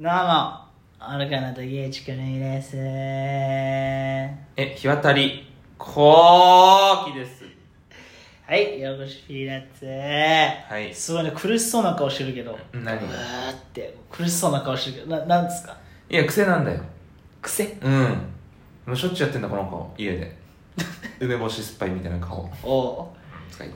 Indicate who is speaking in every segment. Speaker 1: どうも、愚かな時一くるいです。は
Speaker 2: え、日渡り、こーきです。
Speaker 1: い、よろしくピーナッツ。
Speaker 2: はい。
Speaker 1: すごいね、苦しそうな顔してるけど。
Speaker 2: 何
Speaker 1: うわーって、苦しそうな顔してるけど、な、なんですか
Speaker 2: いや、癖なんだよ。
Speaker 1: 癖
Speaker 2: うん。もうしょっちゅうやってんだ、この顔。家 で。梅干し酸っぱいみたいな顔。
Speaker 1: おう
Speaker 2: 使い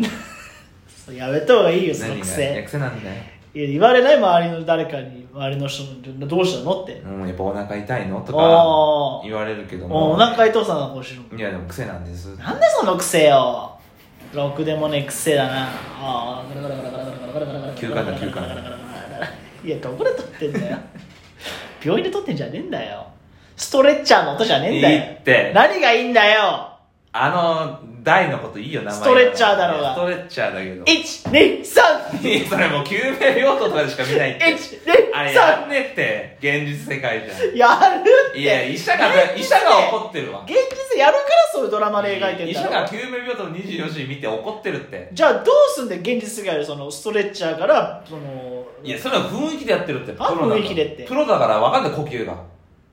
Speaker 1: そうやめた方がいいよ、その
Speaker 2: 何がいや
Speaker 1: 癖。
Speaker 2: 癖なんだよ。
Speaker 1: いや言われない周りの誰かに、周りの人に、どうしたのって。
Speaker 2: うん、やっぱお腹痛いのと
Speaker 1: お
Speaker 2: か
Speaker 1: ー
Speaker 2: 言われるけども。
Speaker 1: おお腹痛そうな顔してるもん
Speaker 2: いや、でも癖なんです。
Speaker 1: なんでその癖よろくでもねえ癖だなああガラガラガラガラガラガラガラガラガラ
Speaker 2: 休暇だ休暇
Speaker 1: いやどこで撮ってんだよ病院で撮ってんじゃねえんだよストレッチャーの音じゃねえんだよ
Speaker 2: いいって
Speaker 1: 何がいいんだよ
Speaker 2: あの、台のこといいよ、名前が。
Speaker 1: ストレッチャーだろうが
Speaker 2: ストレッチャーだけど。
Speaker 1: 12312
Speaker 2: いやそれもう救命病棟とかでしか見ないって。あれやんねって、現実世界じゃん。
Speaker 1: やるって
Speaker 2: いや、医者が、医者が怒ってるわ
Speaker 1: 現。実やるからそういうドラマで描いてん
Speaker 2: 医
Speaker 1: だ
Speaker 2: 者
Speaker 1: ろ
Speaker 2: が救命病棟の24時見て怒ってるって。
Speaker 1: じゃあどうすんで現実がやるそのストレッチャーからその
Speaker 2: いや、それは雰囲気でやってるって。プ
Speaker 1: あ
Speaker 2: ロだから
Speaker 1: 雰囲気でって
Speaker 2: プロだから分かんない、呼吸が。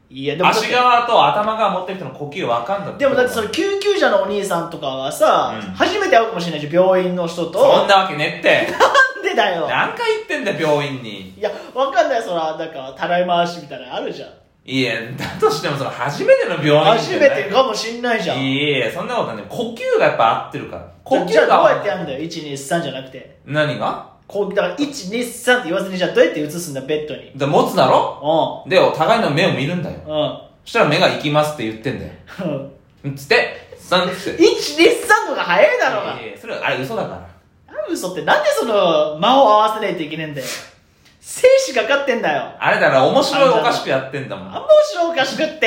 Speaker 1: いやでもだって
Speaker 2: 足側と頭側持ってる人の呼吸分かんない。
Speaker 1: でもだってその救急車のお兄さんとかはさ、
Speaker 2: うん
Speaker 1: 初めて会うかもしれないし病院の人と
Speaker 2: そんなわけねって。
Speaker 1: なんでだよ
Speaker 2: 何回言ってんだよ、病院に。
Speaker 1: いやわかんないそらなんかたらい回しみたいなのあるじゃん
Speaker 2: いや、だとしてもその初めての病院
Speaker 1: 初
Speaker 2: じゃな
Speaker 1: め
Speaker 2: い
Speaker 1: てかもしんないじゃん
Speaker 2: いやいや、そんなことない。呼吸がやっぱ合ってるから。呼
Speaker 1: じゃ
Speaker 2: 吸
Speaker 1: あどう
Speaker 2: が
Speaker 1: やってやるんだよ123じゃなくて
Speaker 2: 何が
Speaker 1: こうだから123って言わずにじゃあどうやって移すんだベッドに
Speaker 2: で持つだろ
Speaker 1: う
Speaker 2: で、お互いの目を見るんだよ。
Speaker 1: んうん
Speaker 2: そしたら目が行きますって言ってんだよ。
Speaker 1: うん
Speaker 2: つって、さんつって。
Speaker 1: 123の方が早いだろうが
Speaker 2: いやいやそれはあれ嘘だから。
Speaker 1: 何嘘ってなんでその間を合わせないといけねえんだよ生死かかってんだよ
Speaker 2: あれだから面白いおかしくやってんだも
Speaker 1: あん
Speaker 2: ん。
Speaker 1: ま後ろおかしくって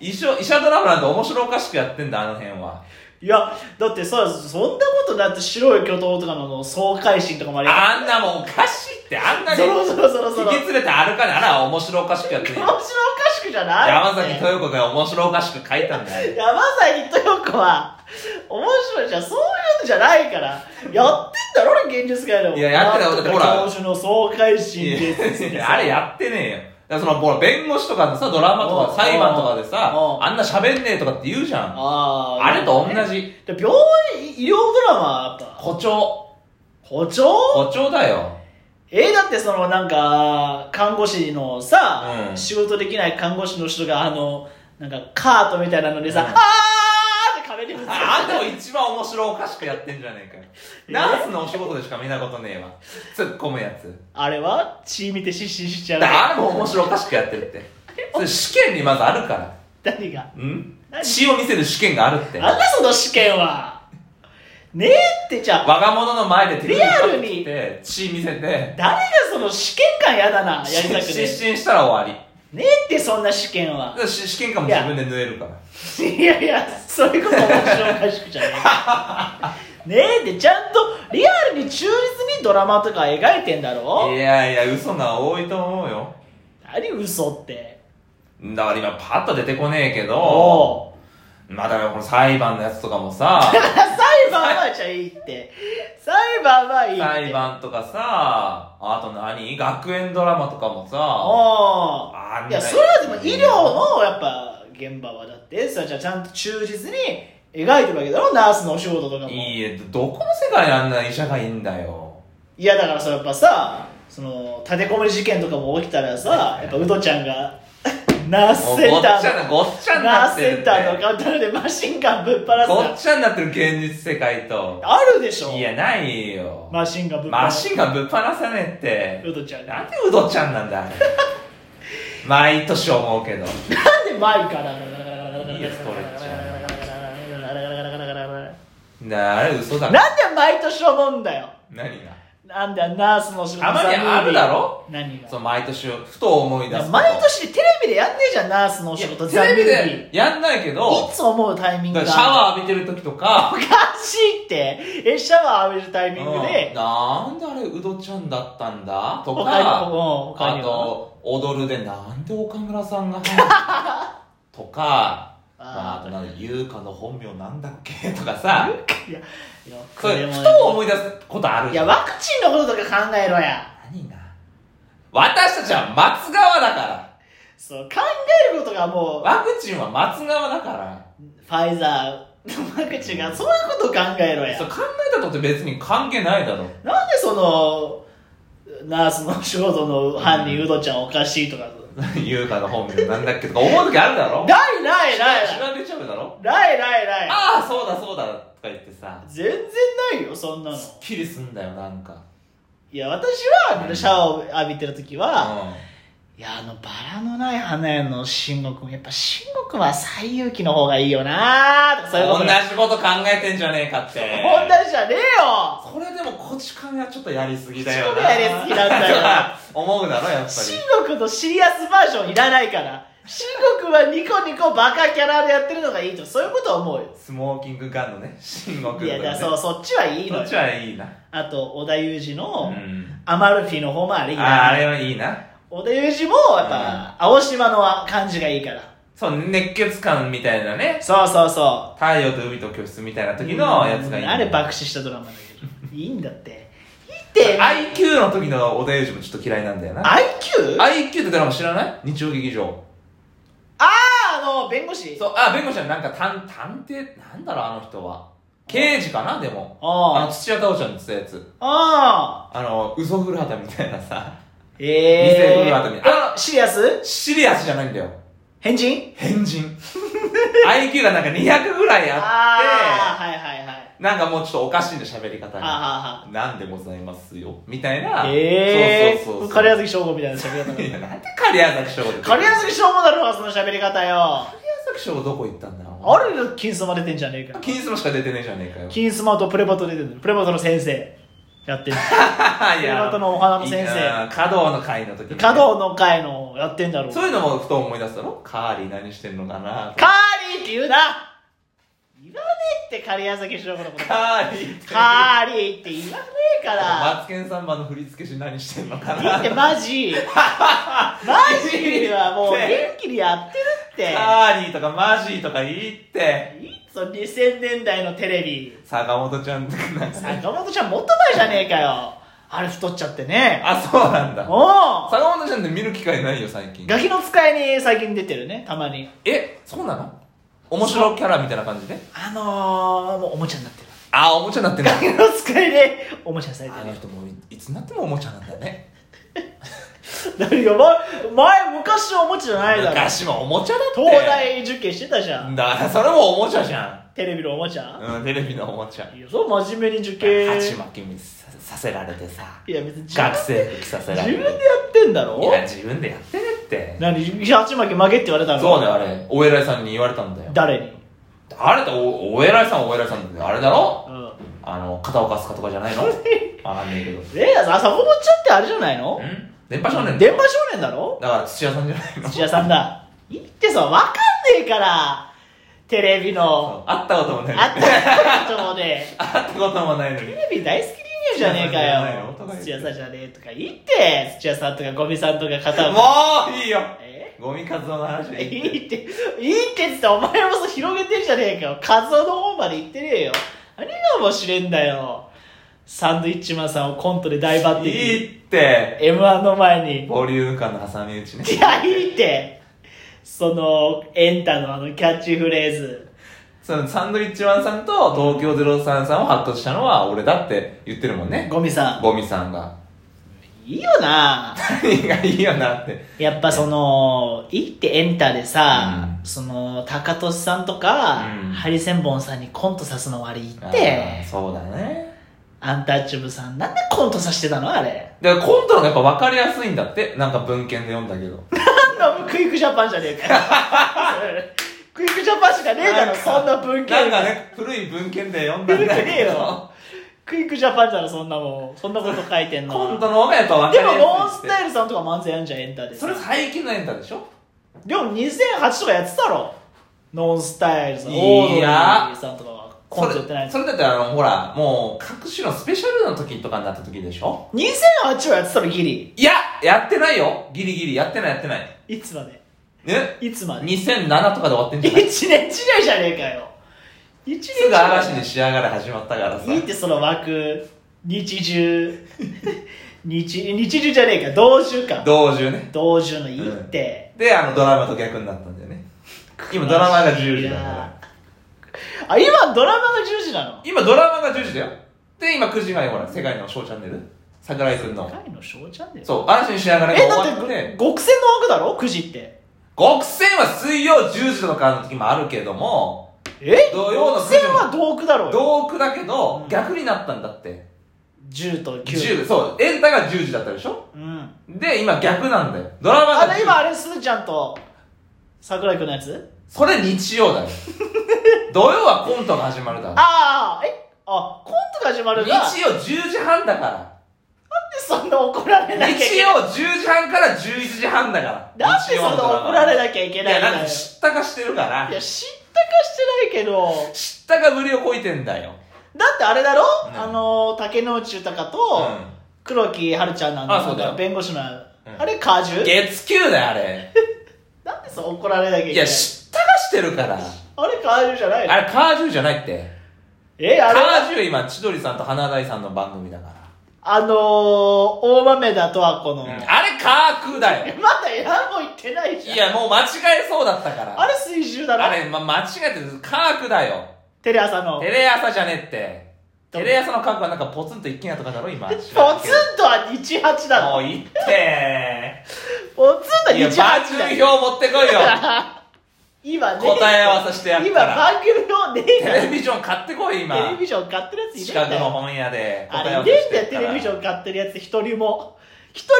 Speaker 2: 医者、医者ドラマなんて面白おかしくやってんだ、あの辺は。
Speaker 1: いや、だってさ、そんなことだって白い巨頭とかの爽快心とかもあり
Speaker 2: あんなもんおかしいって、あんなに。
Speaker 1: そろそろそろそろ。面
Speaker 2: 引き
Speaker 1: 白
Speaker 2: 連れて歩かない。あら、面白おかしくやってん
Speaker 1: お
Speaker 2: よ
Speaker 1: かしくじゃない
Speaker 2: 山崎豊子が面白おかしく書いたんだよ。
Speaker 1: 山崎豊子は、面白いじゃん。そういうのじゃないから。やってんだろ、俺、現実界でも。
Speaker 2: いややってたよだってほら
Speaker 1: なんとか教授の爽快心
Speaker 2: いや
Speaker 1: です
Speaker 2: いやあれやってねえよ。だからその、ほら、弁護士とかのさ、ドラマとか裁判とかでさ、
Speaker 1: おうおう
Speaker 2: あんな喋んねえとかって言うじゃん。
Speaker 1: あー
Speaker 2: あれと同じ。
Speaker 1: で病院、医療ドラマ、やっぱ、
Speaker 2: 誇張。
Speaker 1: 誇張
Speaker 2: 誇張 だよ。
Speaker 1: えー、だってそのなんか看護師のさ、
Speaker 2: うん
Speaker 1: 仕事できない看護師の人があのなんかカートみたいなのでさ、
Speaker 2: うん
Speaker 1: あーって壁にぶつか
Speaker 2: あんたも一番面白おかしくやってんじゃねえかよ。ナースのお仕事でしか見たことねえわ。突っ込むやつ。
Speaker 1: あれは血見て失神しちゃう
Speaker 2: だからあれも面白おかしくやってるって。それ試験にまずあるから。
Speaker 1: 何が
Speaker 2: ん
Speaker 1: 何
Speaker 2: 血を見せる試験があるって。
Speaker 1: なんだその試験はねえってじゃあ
Speaker 2: 我が物の前で手首
Speaker 1: リアルに
Speaker 2: パッて血見せて、
Speaker 1: 誰がその試験官やだなやりたくね
Speaker 2: 失神したら終わり。
Speaker 1: えねえってそんな試験は
Speaker 2: だからし試験官も自分で縫えるから。
Speaker 1: いやいやそういうこと面白おかしくじゃねえ ねえってちゃんとリアルに忠実にドラマとか描いてんだろ
Speaker 2: いやいや、嘘が多いと思うよ。
Speaker 1: 何嘘って
Speaker 2: だから今パッと出てこねえけど、
Speaker 1: おう
Speaker 2: まあだからこの裁判のやつとか もさ、
Speaker 1: 裁判はじゃいいって裁判はいいって
Speaker 2: 裁判とかさ、あと何学園ドラマとかもさ、
Speaker 1: おう
Speaker 2: あんない
Speaker 1: やそれはでも医療のやっぱ現場はだってそれじゃちゃんと忠実に描いてるわけだろナースのお仕事とかも
Speaker 2: いいえ、どこの世界にあんな医者がいいんだよ。
Speaker 1: いやだからそれやっぱさその立てこもり事件とかも起きたらさやっぱウドちゃんが ナー
Speaker 2: も
Speaker 1: ス
Speaker 2: うご
Speaker 1: セン
Speaker 2: っ
Speaker 1: タ
Speaker 2: ちゃ
Speaker 1: ー
Speaker 2: な、ごっちゃ
Speaker 1: の
Speaker 2: に
Speaker 1: ナ
Speaker 2: な
Speaker 1: ー
Speaker 2: っ
Speaker 1: ス
Speaker 2: てる
Speaker 1: セ
Speaker 2: っ
Speaker 1: ン
Speaker 2: て
Speaker 1: ターのカウンターでマシンガンぶっ放す
Speaker 2: ご
Speaker 1: な
Speaker 2: っちゃになってる現実世界と。
Speaker 1: あるでしょ
Speaker 2: いや、ないよ。
Speaker 1: マシンガンぶっ放
Speaker 2: マ
Speaker 1: す
Speaker 2: シンがぶっ放さねえ
Speaker 1: ウ
Speaker 2: っ
Speaker 1: ドちゃん
Speaker 2: て。
Speaker 1: が
Speaker 2: なんでうどちゃんな んだ、あれ毎年思うけど。
Speaker 1: なんで前から
Speaker 2: いいよストレッチなあ、あれ嘘だ。
Speaker 1: なんで毎年思うんだよ
Speaker 2: 何が
Speaker 1: なんだよナースの仕事
Speaker 2: たまにあるだろ
Speaker 1: 何が
Speaker 2: そう、毎年、ふと思い出すこと。
Speaker 1: 毎年テレビでやんねえじゃんナースのお仕事
Speaker 2: いやテレビ
Speaker 1: ザムービ
Speaker 2: でやんないけ
Speaker 1: ー
Speaker 2: ど
Speaker 1: い、つ思うタイミング
Speaker 2: だ
Speaker 1: が
Speaker 2: からシャワー浴びてる時とか
Speaker 1: お、かしいってえシャワー浴びるタイミング
Speaker 2: うん
Speaker 1: で
Speaker 2: なんであれうどちゃんだったんだと
Speaker 1: 他に
Speaker 2: か、
Speaker 1: もうん他
Speaker 2: あ
Speaker 1: にも
Speaker 2: と、踊るでなんで岡村さんが 入るのとか、まあ、あとなんだ、優香の本名なんだっけとかさ、
Speaker 1: いやよく
Speaker 2: そう
Speaker 1: で
Speaker 2: いう
Speaker 1: も
Speaker 2: ふと思い出すことある
Speaker 1: い
Speaker 2: じゃ
Speaker 1: や
Speaker 2: ん。
Speaker 1: ワクチンのこととか考えろや
Speaker 2: 何が私たちは松川だから
Speaker 1: そう考えることがもう
Speaker 2: ワクチンは待つ側だから
Speaker 1: ファイザーのワクチンがそういうことを考えろや
Speaker 2: そう考えたとって別に関係ないだろ
Speaker 1: なんでそのナースの仕事の犯人ウドちゃんおかしいとか
Speaker 2: 優香の本名なんだっけとか思う時あるだ
Speaker 1: な
Speaker 2: ろ
Speaker 1: いないないない
Speaker 2: 調べちゃうだろ
Speaker 1: ないないない
Speaker 2: ああそうだそうだとか言ってさ
Speaker 1: 全然ないよそんなの
Speaker 2: すっきりすんだよなんか
Speaker 1: いや私はシャワーを浴びてる時は、いやあのバラのない花屋の慎吾君やっぱ慎吾君は最有機の方がいいよなーとかそういうこ
Speaker 2: うん
Speaker 1: と
Speaker 2: 同じこと考えてんじゃねえかって
Speaker 1: 同じじゃねえよ
Speaker 2: これでもこち亀はちょっとやりすぎだよな
Speaker 1: こち亀やりすぎなんだよ
Speaker 2: 思うだろやっぱり
Speaker 1: シンゴ君のシリアスバージョンいらないからシンゴ君はニコニコバカキャラでやってるのがいいとそういうことは思うよ
Speaker 2: スモーキングガンのね慎吾
Speaker 1: い
Speaker 2: 君
Speaker 1: や
Speaker 2: と
Speaker 1: だ
Speaker 2: か、
Speaker 1: から
Speaker 2: ね、
Speaker 1: そうそっちはいい
Speaker 2: そ
Speaker 1: の
Speaker 2: っ
Speaker 1: よ
Speaker 2: ちはいいな
Speaker 1: あと織田裕二
Speaker 2: う
Speaker 1: の
Speaker 2: ん
Speaker 1: アマルフィの方もあれいい
Speaker 2: あああれ
Speaker 1: な
Speaker 2: はいいな
Speaker 1: 織田裕二もやっぱ青島の感じがいいから
Speaker 2: そう熱血感みたいなね
Speaker 1: そうそうそ
Speaker 2: 太陽と海と教室みたいな
Speaker 1: う
Speaker 2: 時のやつがいい
Speaker 1: うんあれ爆死したドラマだけどいいんだっていいって
Speaker 2: IQ の時の織田裕二もちょっと嫌いなんだよな
Speaker 1: IQ? あ
Speaker 2: IQ ってドラマ知らない日曜劇場
Speaker 1: あーあの弁護士
Speaker 2: そうあ弁護士はなんか探探偵なんだろうあの人は刑事かなでもあ
Speaker 1: あ
Speaker 2: の
Speaker 1: ー
Speaker 2: 土屋太鳳ちゃんの言ってたやつ
Speaker 1: あ
Speaker 2: あの嘘古畑みたいなさ
Speaker 1: ーえ
Speaker 2: 偽
Speaker 1: え
Speaker 2: ブラードみたいな
Speaker 1: あシリアス
Speaker 2: シリアスじゃないんだよ
Speaker 1: 変人
Speaker 2: 変人 IQ がなんか200ぐらいあ
Speaker 1: あ
Speaker 2: っ
Speaker 1: あはいはいはい
Speaker 2: てなんかもうちょっとおかしいんだ喋り方が
Speaker 1: は
Speaker 2: なんでございますよみたいな
Speaker 1: はええ
Speaker 2: そうそうそうそう
Speaker 1: 狩矢崎省吾みたいな 喋り方
Speaker 2: いやなんで狩矢崎翔吾
Speaker 1: 狩矢崎省吾だろその喋り方よ
Speaker 2: 狩矢崎翔吾どこ行ったんだよ
Speaker 1: あれ金スマ出てんじゃねえか
Speaker 2: 金スマしか出てねえじゃねえかよ
Speaker 1: 金スマとプレバト出てるプレバトの先生や ってる
Speaker 2: い
Speaker 1: プレバトのお花の先生
Speaker 2: いいな華道の会の時に
Speaker 1: 華道の会のやってんだろ
Speaker 2: そういうのもふと思い出すだろカーリー何してんのかな
Speaker 1: カーリーって言うな言わねえって狩矢崎省吾のこと
Speaker 2: カーリーって
Speaker 1: カーリーって言わねえから
Speaker 2: マツケンサンバの振り付け師何してんのか
Speaker 1: いい
Speaker 2: な
Speaker 1: ってマ ジマジはもう元気にやってるって
Speaker 2: カーリーとかマジーとかいいって
Speaker 1: いいぞ2000年代のテレビ
Speaker 2: 坂本ちゃんとかなんか
Speaker 1: 坂本ちゃんもっと前じゃねえかよあれ太っちゃってね
Speaker 2: あそうなんだ
Speaker 1: おう
Speaker 2: 坂本ちゃんって見る機会ないよ最近
Speaker 1: ガキの使いに最近出てるねたまに
Speaker 2: えそうなの面白キャラみたいな感じで
Speaker 1: あのー、もうおもちゃになってる
Speaker 2: あおもちゃになってんだ
Speaker 1: ガキの使いでおもちゃにされて
Speaker 2: あ
Speaker 1: る
Speaker 2: の人もいつになってもおもちゃなんだね
Speaker 1: 何よ前前昔はおもちゃじゃないだろ
Speaker 2: 昔もおもちゃだって
Speaker 1: 東大受験してたじゃん
Speaker 2: だからそれもおもちゃじゃ
Speaker 1: テレビのおもちゃ
Speaker 2: ん、うん、テレビのおもちゃ
Speaker 1: いやそう真面目に受験
Speaker 2: 鉢巻きにささせられてさ
Speaker 1: いや別に自分
Speaker 2: 学生服着させら
Speaker 1: 自
Speaker 2: れ
Speaker 1: 分
Speaker 2: て
Speaker 1: でやってんだろ
Speaker 2: いや自分でやってねって
Speaker 1: 何鉢巻き曲げって言われたの
Speaker 2: そうだよあれお偉いさんに言われたんだよ
Speaker 1: 誰に
Speaker 2: あれだおお偉いさんはお偉いさんだよあれだろ
Speaker 1: うん
Speaker 2: あの片岡すかとかじゃ ないのわかんねえけどん
Speaker 1: えあ坂本ちゃんってあれじゃないの
Speaker 2: 電波少年
Speaker 1: 電波少年だろ
Speaker 2: だから土屋さんじゃないの
Speaker 1: 土屋さんだいいってさわかんねえからテレビの
Speaker 2: 会ったこともない
Speaker 1: あったこともね
Speaker 2: 会ったこともないのに
Speaker 1: テレビ大好き人間じゃねえかよ土
Speaker 2: 土
Speaker 1: 屋
Speaker 2: 屋
Speaker 1: さ
Speaker 2: さ
Speaker 1: んじゃねえとかいいって土屋さんとかゴミさんとか片岡
Speaker 2: もういいよ
Speaker 1: え
Speaker 2: ゴミ活動の話
Speaker 1: い
Speaker 2: でいい
Speaker 1: いっていいってっつってお前もそう広げてんじゃねえかよカツオの方まで行ってねえよ何が面白いんだよサンドイッチマンさんをコントで大抜擢
Speaker 2: いいって
Speaker 1: m 1の前に
Speaker 2: ボリューム感の挟み撃ちね
Speaker 1: いや、いいって。その、エンタのあのキャッチフレーズ。
Speaker 2: そのサンドイッチマンさんと東京03さんをハッとしたのは俺だって言ってるもんね
Speaker 1: ゴミさ
Speaker 2: ゴミさんが
Speaker 1: ん。いいよな
Speaker 2: 何がいいよなって
Speaker 1: やっぱその、いいってエンタでさ、
Speaker 2: うん
Speaker 1: その、高俊さんとか、
Speaker 2: うん
Speaker 1: ハリセンボンさんにコントさすの悪いって
Speaker 2: あー、そうだね
Speaker 1: アンタッチャブルさん、なんでコントさしてたのあれ。
Speaker 2: でコントの方がやっぱ分かりやすいんだってなんか文献で読んだけど
Speaker 1: なんだ、クイックジャパンじゃねえ かよ。クイックジャパンしかねえだ
Speaker 2: な
Speaker 1: ろ、
Speaker 2: んか
Speaker 1: そんな文
Speaker 2: な
Speaker 1: 献。
Speaker 2: んかね古い文献で読んだ
Speaker 1: 古
Speaker 2: ん
Speaker 1: く
Speaker 2: だ
Speaker 1: ねえ
Speaker 2: けど
Speaker 1: よ。クイックジャパンじゃろ、そんなもん。そんなこと書いてんのは。
Speaker 2: コントの方がやっぱ分
Speaker 1: で
Speaker 2: かりや
Speaker 1: も、
Speaker 2: すい
Speaker 1: ノンス
Speaker 2: って
Speaker 1: タイルさんとか漫才やんじゃん、エンタで。
Speaker 2: それ最近のエンタでしょ
Speaker 1: でも2008とかやってたろ。ノンスタイルさん、
Speaker 2: い
Speaker 1: オー
Speaker 2: や
Speaker 1: ドリーさんとかはコントやってない
Speaker 2: それそれだってあのほらもう各種のスペシャルの時とかになった時でしょ
Speaker 1: 2008はやってたろ、ギリ。
Speaker 2: いややってないよギリギリやってないやってない
Speaker 1: いつまで
Speaker 2: ね
Speaker 1: いつまで
Speaker 2: 2007とかで終わってんじゃ
Speaker 1: 一
Speaker 2: ない
Speaker 1: 年違いじゃねえかよ。一年
Speaker 2: す
Speaker 1: 違い
Speaker 2: ぐ嵐に仕上がり始まったから さ
Speaker 1: いいってその枠、日中。日日中じゃねえか同時か
Speaker 2: 同時ね
Speaker 1: 同時のいいって、
Speaker 2: であのドラマと逆になったんだよね今ドラマが10時だから
Speaker 1: なあ今ドラマが10時なの
Speaker 2: 今ドラマが10時だよで今9時前ほら世界のショーチャンネル桜井くんの
Speaker 1: 世界のショーチャンネル
Speaker 2: そう安心しながら
Speaker 1: えだ
Speaker 2: 終
Speaker 1: っ
Speaker 2: わって
Speaker 1: て極戦の枠だろ9時って
Speaker 2: 極戦は水曜10時とかの時もあるけども
Speaker 1: え
Speaker 2: 土曜の
Speaker 1: 極戦は同区だろうよ
Speaker 2: 同区だけど
Speaker 1: うん
Speaker 2: 逆になったんだって
Speaker 1: 10と9
Speaker 2: 10そうエンタが10時だったでしょ
Speaker 1: うん
Speaker 2: で今逆なんだよドラマ
Speaker 1: あ
Speaker 2: が10
Speaker 1: れ
Speaker 2: 時
Speaker 1: 今あれすずちゃんと桜井くんのやつ
Speaker 2: それ日曜だ よ土曜はコントが始まるだろ
Speaker 1: ああえあコントが始まる
Speaker 2: 日
Speaker 1: んだなんで
Speaker 2: 曜10時半だから
Speaker 1: そんな怒られなきゃい
Speaker 2: 日
Speaker 1: け
Speaker 2: 曜
Speaker 1: ない
Speaker 2: 10時半から11時半だから
Speaker 1: なんでそんな怒られ
Speaker 2: い
Speaker 1: なきゃいけ
Speaker 2: い
Speaker 1: ない
Speaker 2: や
Speaker 1: んだよ
Speaker 2: なんか知ったかしてるから
Speaker 1: いや知ったかしてないけど
Speaker 2: 知ったかぶりをこいてんだよ
Speaker 1: だってあれだろ、
Speaker 2: うん
Speaker 1: あの竹野内豊と黒木華ちゃんなんだ
Speaker 2: あそうだよ
Speaker 1: 弁護士の、
Speaker 2: ん
Speaker 1: あれ果汁
Speaker 2: うん月給だよあれ
Speaker 1: なんでそう怒られなきゃいけ
Speaker 2: い
Speaker 1: な
Speaker 2: や
Speaker 1: い
Speaker 2: 知ったかしてるから
Speaker 1: あれ果汁じゃないの
Speaker 2: あれカージュじゃないって
Speaker 1: え
Speaker 2: カ
Speaker 1: あれ
Speaker 2: ージュ今千鳥さんと華大さんの番組だから
Speaker 1: あのー、大豆田とはこの、
Speaker 2: うんあれカークだよ
Speaker 1: えまだエラも言ってないじゃん
Speaker 2: いやもう間違えそうだったから
Speaker 1: あれ水中だろ
Speaker 2: あれ、ま、間違えてるカークだよ
Speaker 1: テレ朝の
Speaker 2: テレ朝じゃねえって。
Speaker 1: ど
Speaker 2: テレ朝の家具はなんかポツンと一軒家とかだろ今。ポ
Speaker 1: ポツンとは日八だ
Speaker 2: も
Speaker 1: ろ
Speaker 2: う行って
Speaker 1: ポツンと
Speaker 2: ー。いや、
Speaker 1: は日
Speaker 2: 番
Speaker 1: 八だ
Speaker 2: 組
Speaker 1: よ
Speaker 2: 表持って こいよ。
Speaker 1: 今ね
Speaker 2: 答え合わせしてやる
Speaker 1: 今
Speaker 2: から。
Speaker 1: 番組のね
Speaker 2: テレビジョン買ってこい今
Speaker 1: テ。レビジョン買ってるやつい
Speaker 2: 近
Speaker 1: るん
Speaker 2: く
Speaker 1: だ
Speaker 2: の
Speaker 1: よ
Speaker 2: 本屋で
Speaker 1: あ
Speaker 2: 答
Speaker 1: れい
Speaker 2: え合わせ
Speaker 1: るん
Speaker 2: して
Speaker 1: だ
Speaker 2: や
Speaker 1: よ
Speaker 2: る
Speaker 1: テ
Speaker 2: から。
Speaker 1: レビジョン買ってるやつ一人も一人も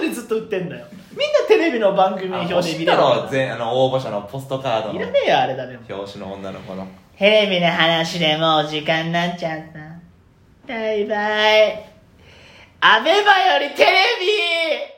Speaker 1: いないのにずっと売ってんだよみんなテレビの番組
Speaker 2: あ
Speaker 1: 表
Speaker 2: 欲
Speaker 1: で
Speaker 2: しい
Speaker 1: 見れ
Speaker 2: だ
Speaker 1: る
Speaker 2: ろ全あの応募者のポストカード
Speaker 1: い
Speaker 2: の
Speaker 1: らねえよあれだね
Speaker 2: 表紙の女の子の
Speaker 1: テレビの話でもう時間になっちゃったバイバイアベバよりテレビ